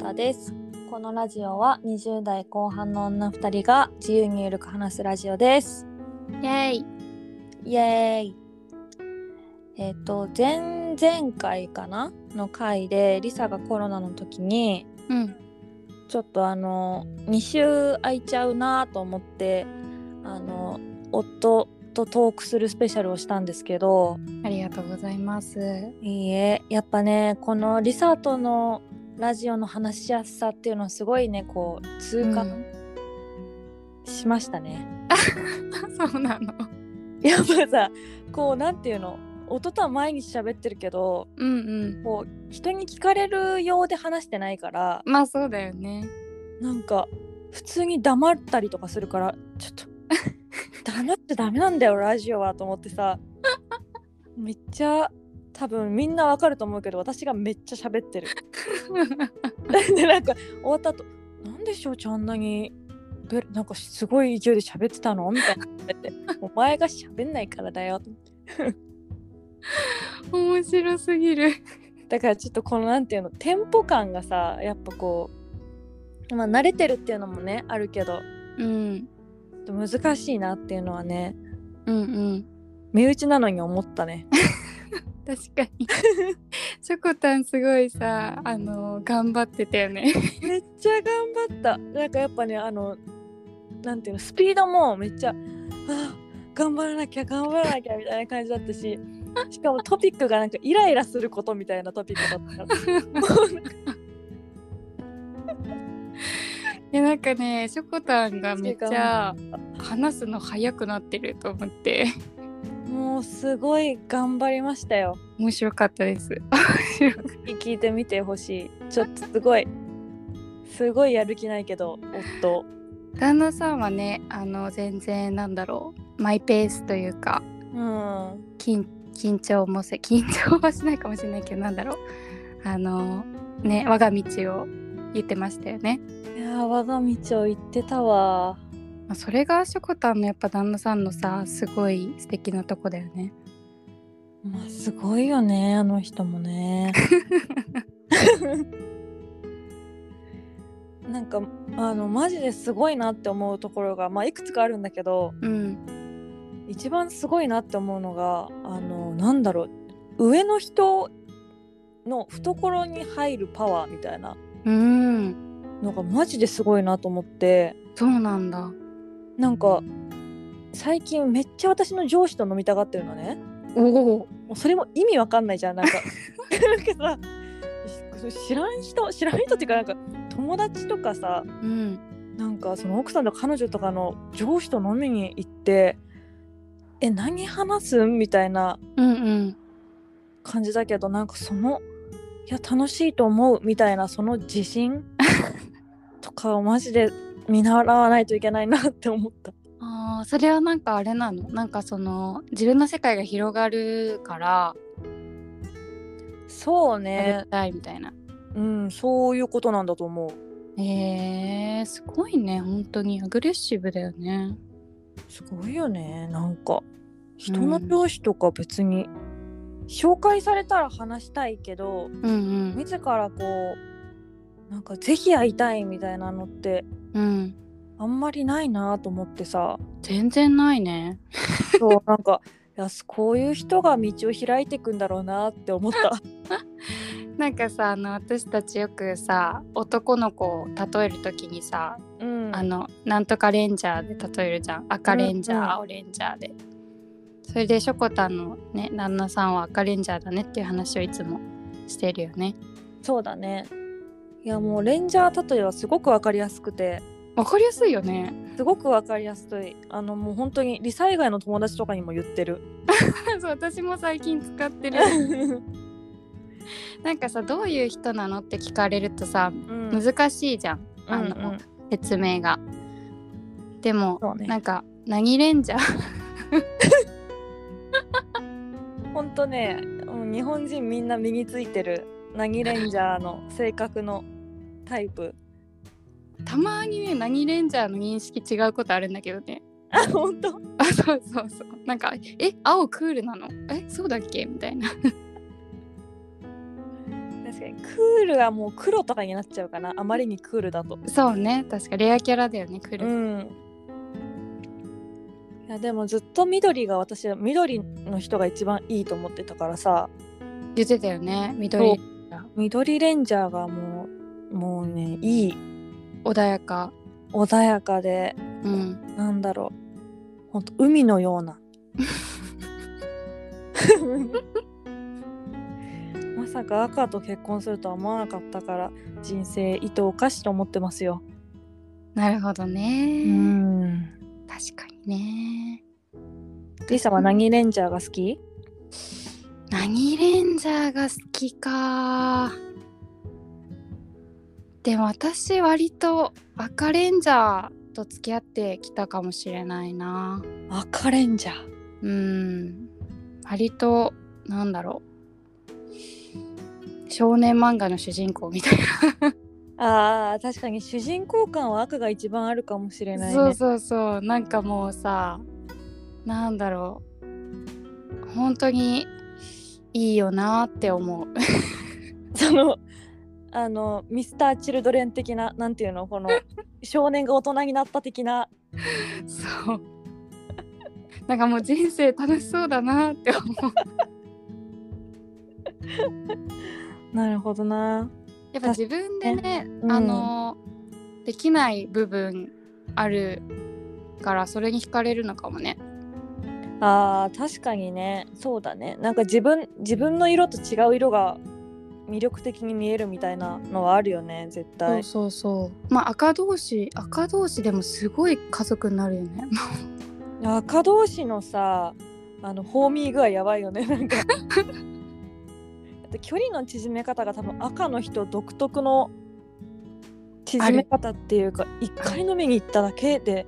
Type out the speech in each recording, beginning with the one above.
田ですこのラジオは20代後半の女2人が自由にゆるく話すラジオですイエーイイエーイえっ、と前々回かなの回でリサがコロナの時にうんちょっとあの2週空いちゃうなと思ってあの夫とトークするスペシャルをしたんですけどありがとうございますいいえやっぱねこのリサとのラジオの話しやすさっていうのはすごいねこうう痛ん 感しましたね。そうなのやっぱさこうなんていうの夫とは毎日喋ってるけどうんうんこう人に聞かれるようで話してないからまあそうだよね なんか普通に黙ったりとかするからち ょっと黙っちゃダメなんだよラジオはと思ってさめっちゃ多分みんなわかると思うけど私がめっちゃ喋ってる。 でなんか終わった後なんでしょうちゃんあんなにべなんかすごい勢いで喋ってたの?」みたいな言われて「お前が喋んないからだよ」面白すぎるだからちょっとこのなんていうのテンポ感がさやっぱこう、まあ、慣れてるっていうのもねあるけどうんちょっと難しいなっていうのはねうんうん身内なのに思ったね。確かに しょこたんすごいさあの頑張ってたよねめっちゃ頑張ったなんかやっぱねあのなんていうのスピードもめっちゃあー頑張らなきゃ頑張らなきゃみたいな感じだったししかもトピックがなんかイライラすることみたいなトピックだったからいやなんかねしょこたんがめっちゃ話すの早くなってると思ってもうすごい頑張りましたよ面白かったです面白かっ聞いてみてほしいちょっとすごいすごいやる気ないけど夫た旦那さんはねあの全然なんだろうマイペースというかうん緊緊張もせ 緊張はしないかもしれないけどなんだろうあのね我が道を言ってましたよね、いやー我が道を行ってたわまあ、それがしょこたんのやっぱ旦那さんのさすごい素敵なとこだよね まあすごいよねあの人もね。なんかあのマジですごいなって思うところが、まあ、いくつかあるんだけどうん一番すごいなって思うのがあのなんだろう上の人の懐に入るパワーみたいなうんのがマジですごいなと思ってそうなんだなんか最近めっちゃ私の上司と飲みたがってるのね。おおもうそれも意味わかんないじゃんなんかなんかさし知らん人知らん人っていうかなんか友達とかさうんなんかその奥さんと彼女とかの上司と飲みに行ってえ何話すんみたいなうんうん感じだけどなんかそのいや楽しいと思うみたいなその自 信とかをマジで見習わないといけないなって思った。あーそれはなんかあれなのなんかその自分の世界が広がるからそうやねりたいみたいなうんそういうことなんだと思う。えー、すごいね本当にアグレッシブだよねすごいよねなんか人の上司とか別に、紹介されたら話したいけどうん自らこうなんかぜひ会いたいみたいなのってうんうんあんまりないなと思ってさ全然ないね そうなんかいやこういう人が道を開いていくんだろうなって思ったなんかさあの私たちよくさ男の子を例える時にさ、うんあのなんとかレンジャーで例えるじゃん赤レンジャー、うんうん青レンジャーでそれでしょこたんのね旦那さんは赤レンジャーだねっていう話をいつもしてるよねそうだねいやもうレンジャー例えはすごくわかりやすくてわかりやすいよねすごくわかりやすいあのもう本当にリサ以外の友達とかにも言って る そう私も最近使ってる なんかさどういう人なのって聞かれるとさうん難しいじゃんあのうんうん説明がでもそうねなんか何レンジャーほんとねうん日本人みんな身についてる何レンジャーの性格のタイ プたまにね何レンジャーの認識違うことあるんだけどね あ本当あそうそうそうなんか「え青クールなのえそうだっけ?」みたいな確かにクールはもう黒とかになっちゃうかなあまりにクールだと そうね確かレアキャラだよね来うる、んいやでもずっと緑が私は緑の人が一番いいと思ってたからさ言ってたよねそう緑緑レンジャーがもうもうねいい穏やか穏やかでうんなんだろうほんと海のよう なまさか赤と結婚するとは思わなかったから人生糸おかしと思ってますよなるほどうね、ん確かにねリサは何レンジャーが好き何レンジャーが好きかでも私割と赤レンジャーと付き合ってきたかもしれないな赤レンジャーうん割となんだろう少年漫画の主人公みたいあー確かに主人公感は赤が一番あるかもしれな、ないね そうそうそうなんかもうさなんだろう本当にいいよなって思う そのあのミスター・チルドレン的ななんていうのこ の少年が大人になった的なそうなんかもう人生楽しそうだなって思うなるほどなやっぱ自分でね、うんあのできない部分あるからそれに惹かれるのかもねあー確かにねそうだねなんか自分自分の色と違う色が魅力的に見えるみたいなのはあるよね絶そ対うそうそうまあ赤同士赤同士でもすごい家族になるよね 赤同士のさあのホーミー具合やばいよね なんかだって距離の縮め方が多分赤の人独特の縮め方っていうか一回飲みに行っただけで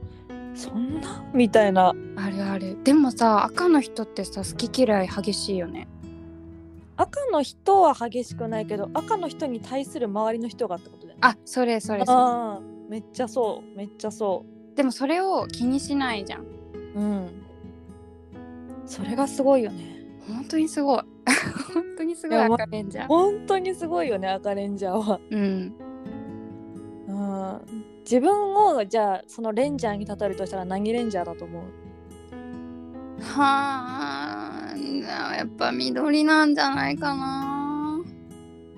そんなみたいなあるあるでもさ赤の人ってさ好き嫌い激しいよね赤の人は激しくないけど赤の人に対する周りの人がってことだよねあそれそれそあーめっちゃそうめっちゃそうでもそれを気にしないじゃんううんそれがすごいよね本当にすごい 本当にすごいいやま赤レンジャー本当にすごいよね赤レンジャーはうんうん自分をじゃあそのレンジャーに例えるとしたら何レンジャーだと思うはあやっぱ緑なんじゃないかな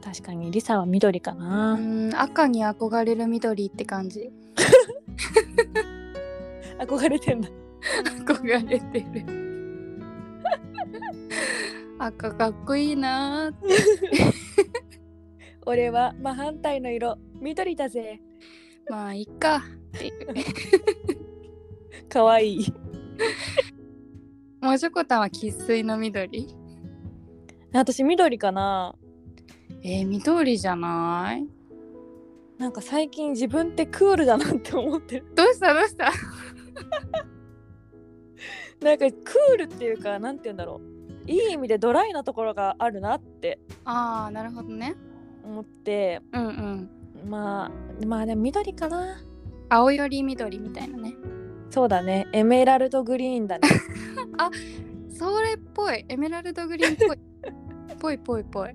確かにリサは緑かうな、ん赤に憧れる緑って感じ 憧れてんだ憧れてる 赤かっこいいなーって俺は真反対の色緑だぜまあいいか っていう。かわいいもうしょこたんは生粋の緑。私緑かなえー、緑じゃないなんか最近自分ってクールだなって思ってるどうしたどうしたなんかクールっていうかなんて言うんだろういい意味でドライなところがあるなってああなるほどね。思ってうんうん。まあまあでも緑かな青より緑みたいなね。そうだねエメラルドグリーンだねそれっぽい。エメラルドグリーンっ ぽい。ぽいぽいぽい。い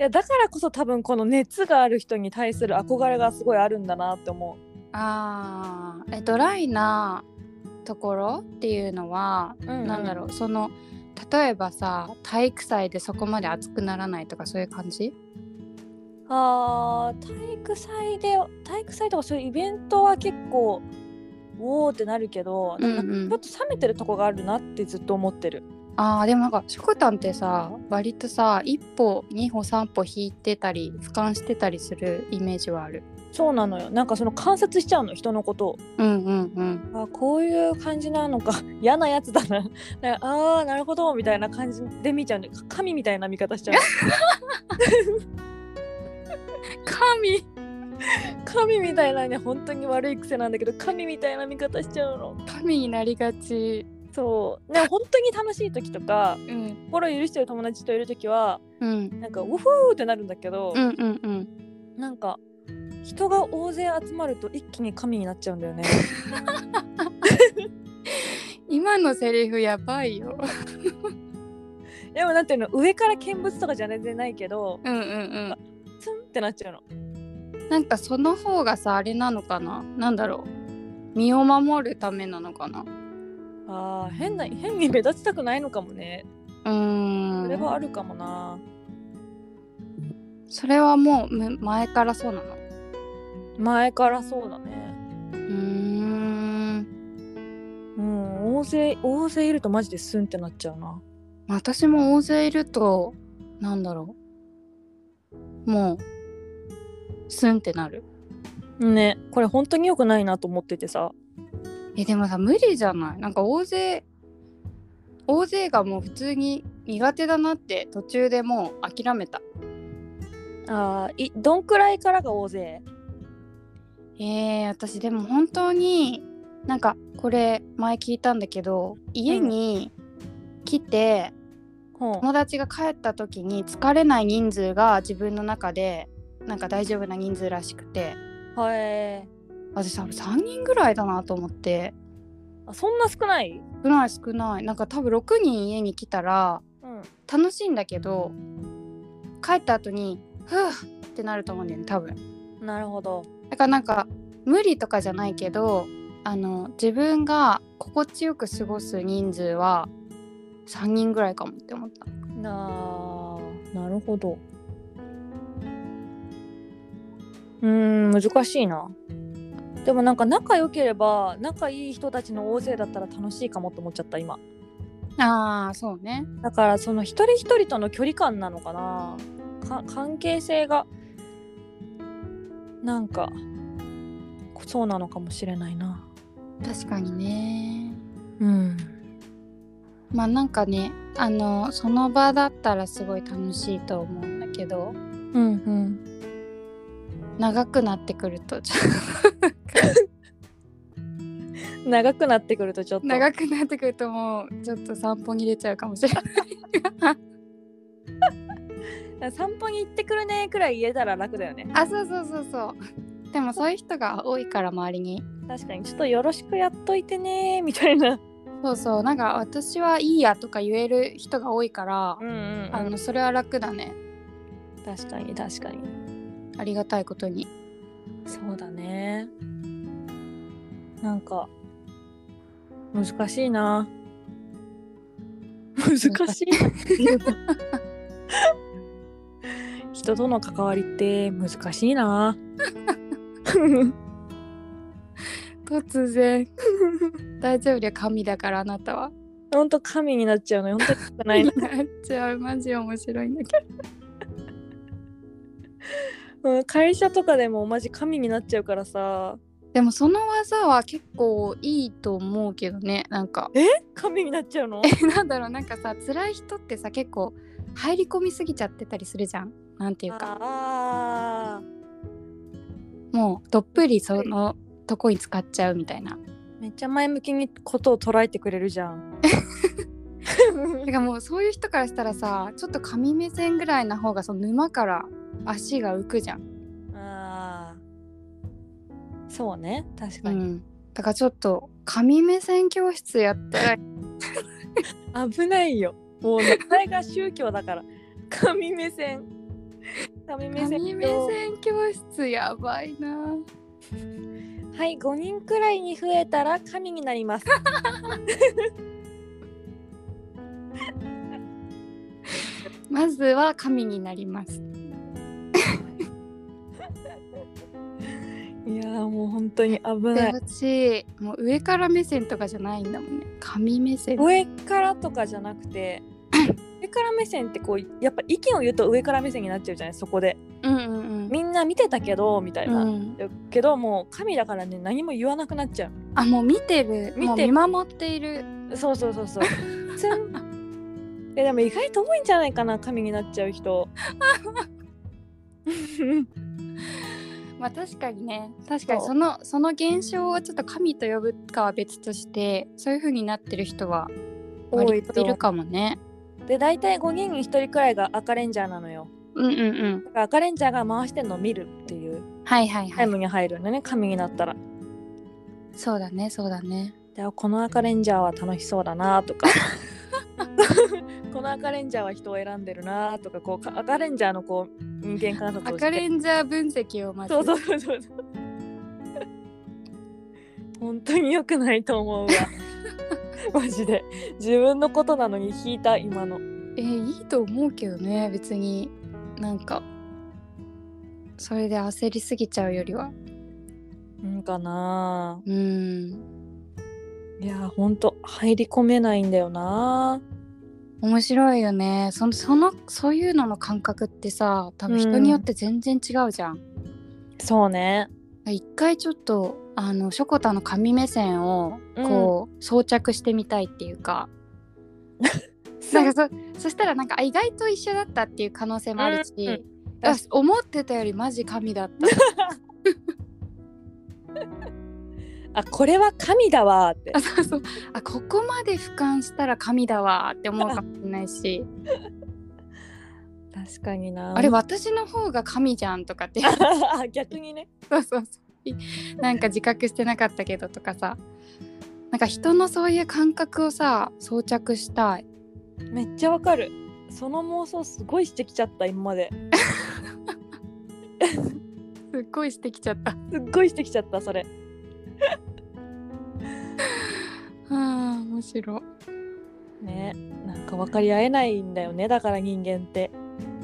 やだからこそ多分この熱がある人に対する憧れがすごいあるんだなって思ああえドライなところっていうのは、う、うんなんだろうその例えばさ体育祭でそこまで熱くならないとかそういう感じあー体育祭で体育祭とかそういうイベントは結構おおってなるけど、うんうんなんかちょっと冷めてるとこがあるなってずっと思ってるあーでもなんかしょこたんってさ割とさ一歩二歩三歩引いてたり俯瞰してたりするイメージはあるそうなのよなんかその観察しちゃうの人のことをうんうんうんあーこういう感じなのか 嫌なやつだな なんかあーなるほどみたいな感じで見ちゃうね神みたいな見方しちゃう神神みたいなね本当に悪い癖なんだけど神みたいな見方しちゃうの神になりがちそうでも本当に楽しい時とかうん心許してる友達といる時はうんなんかウフーってなるんだけど、うんうんうんなんか人が大勢集まると一気に神になっちゃうんだよね 今のセリフやばいよでもなんていうの上から見物とかじゃ全然ないけどうんうんうんツンってなっちゃうのなんかその方がさあれなのかななんだろう身を守るためなのかなあー変な変に目立ちたくないのかもねうーんそれはあるかもなそれはもうむ前からそうなのう前からそうだねーんうん大勢大勢いるとマジでスンってなっちゃうな私も大勢いるとなんだろうもうスンってなるねこれ本当に良くないなと思っててさえでもさ無理じゃないなんか大勢大勢がもう普通に苦手だなって途中でもう諦めたあーいどんくらいからが大勢えー、私でも本当になんかこれ前聞いたんだけど家に来てほん友達が帰った時に疲れない人数が自分の中でなんか大丈夫な人数らしくてはい私多分3人ぐらいだなと思ってあそんな少ない少ない少ないなんか多分6人家に来たらうん楽しいんだけど帰った後にふぅってなると思うんだよね多分なるほどだからなんか無理とかじゃないけどあの自分が心地よく過ごす人数は3人ぐらいかもって思ったなあなるほどうーん難しいなでもなんか仲良ければ仲いい人たちの大勢だったら楽しいかもって思っちゃった今ああそうねだからその一人一人との距離感なのかなか関係性がなんかそうなのかもしれないな確かにねうんまあなんかねあのその場だったらすごい楽しいと思うんだけどうんうん長くなってくるとちょっ長くなってくるとちょっとと長くなってくるともうちょっと散歩に出ちゃうかもしれない散歩に行ってくるねくらい言えたら楽だよねあそうそうそうそうでもそういう人が多いから周りに確かにちょっとよろしくやっといてねみたいなそうそうなんか私はいいやとか言える人が多いから、んうんあのそれは楽だね確かに確かにありがたいことにそうだねなんか難しいな難しいな 人との関わりって難しいな 突然 大丈夫だよ神だからあなた はほんと神になっちゃうのよほんと良くないに ななっちゃうマジ面白いんだけどうん会社とかでもマジ神になっちゃうからさでもその技は結構いいと思うけどねなんか神になっちゃうの なんだろうなんかさ辛い人ってさ結構入り込みすぎちゃってたりするじゃんなんていうかああもうどっぷりそのとこに使っちゃうみたいなめっちゃ前向きにことを捉えてくれるじゃん。だからもうそういう人からしたらさちょっと神目線ぐらいな方がその沼から足が浮くじゃん ああ。そうね、確かうに。ん、だからちょっと紙目線教室やって危ないよ。もう名前が宗教だから。神目線。神目線紙目線教室やばいなはい、5人くらいに増えたら神になります。まずは紙になりますいやーもう本当に危でない。私もう上から目線とかじゃないんだもんね紙目線上からとかじゃなくて、上から目線ってこう、やっぱ意見を言うと上から目線になっちゃうじゃない、そこで。うんうんみんな見てたけど、みたいうん、な。うん、けどもう神だからね何も言わなくなっちゃあもう見てる見てるもう見守っているうそうそうそうそうつんいやでも意外と多いんじゃないかな神になっちゃう 人まあ確かにね確かにそのその現象をちょっと神と呼ぶかは別としてそういう風になってる人は多割いといるとかもねで大体5人に1人くらいが赤レンジャーなのようんうんうんだから赤レンジャーが回してんのを見るっていうはいはいタはイい、ムに入るんだね神になったらそうだねそうだね であこの赤レンジャーは楽しそうだなとかこの赤レンジャーは人を選んでるなとかこうか赤レンジャーのこう人間観察をして赤レンジャー分析をまずそうそうそうそう そう本当に良くないと思う わマジで自分のことなのに引いた今のえーいいと思うけどね別になんかそれで焦りすぎちゃうよりはうんかなうんいやほんと入り込めないんだよな面白いよねそのそのそういうのの感覚ってさ多分人によって全然違うじゃんそうね一回ちょっとあのショコタの神目線をこう、装着してみたいっていうかなんかそそしたらなんかあ意外と一緒だったっていう可能性もあるし、うんうんあ思ってたよりマジ神だったあこれは神だわーってあそうそうあここまで俯瞰したら神だわって思うかもしれないし確かになあれ私の方が神じゃんとかって 逆にねそうそうそうなんか自覚してなかったけどとかさなんか人のそういう感覚をさ装着したいめっちゃわかるその妄想すごいしてきちゃった今まですっごいしてきちゃったすっごいしてきちゃったそれあー面白いねなんか分かり合えないんだよねだから人間って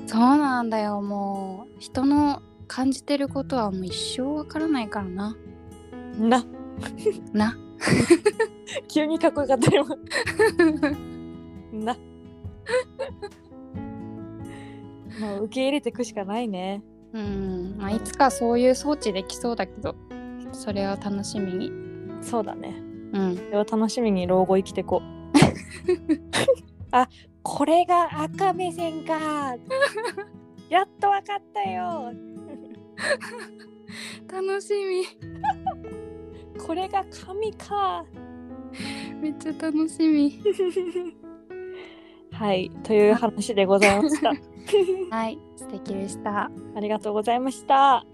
そうなんだよもう人の感じてることはもう一生わからないからななな 急にかっこよかったよなもう受け入れていくしかないねうん、まあ、いつかそういう装置できそうだけどそれは楽しみにそうだねうんそれを楽しみに老後生きてこうあこれが赤目線かやっと分かったよ楽しこれが神かみめっちゃ楽しみはいという話でございましたはい素敵でしたありがとうございました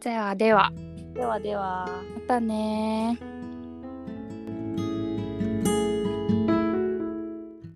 じゃあではではではまたねー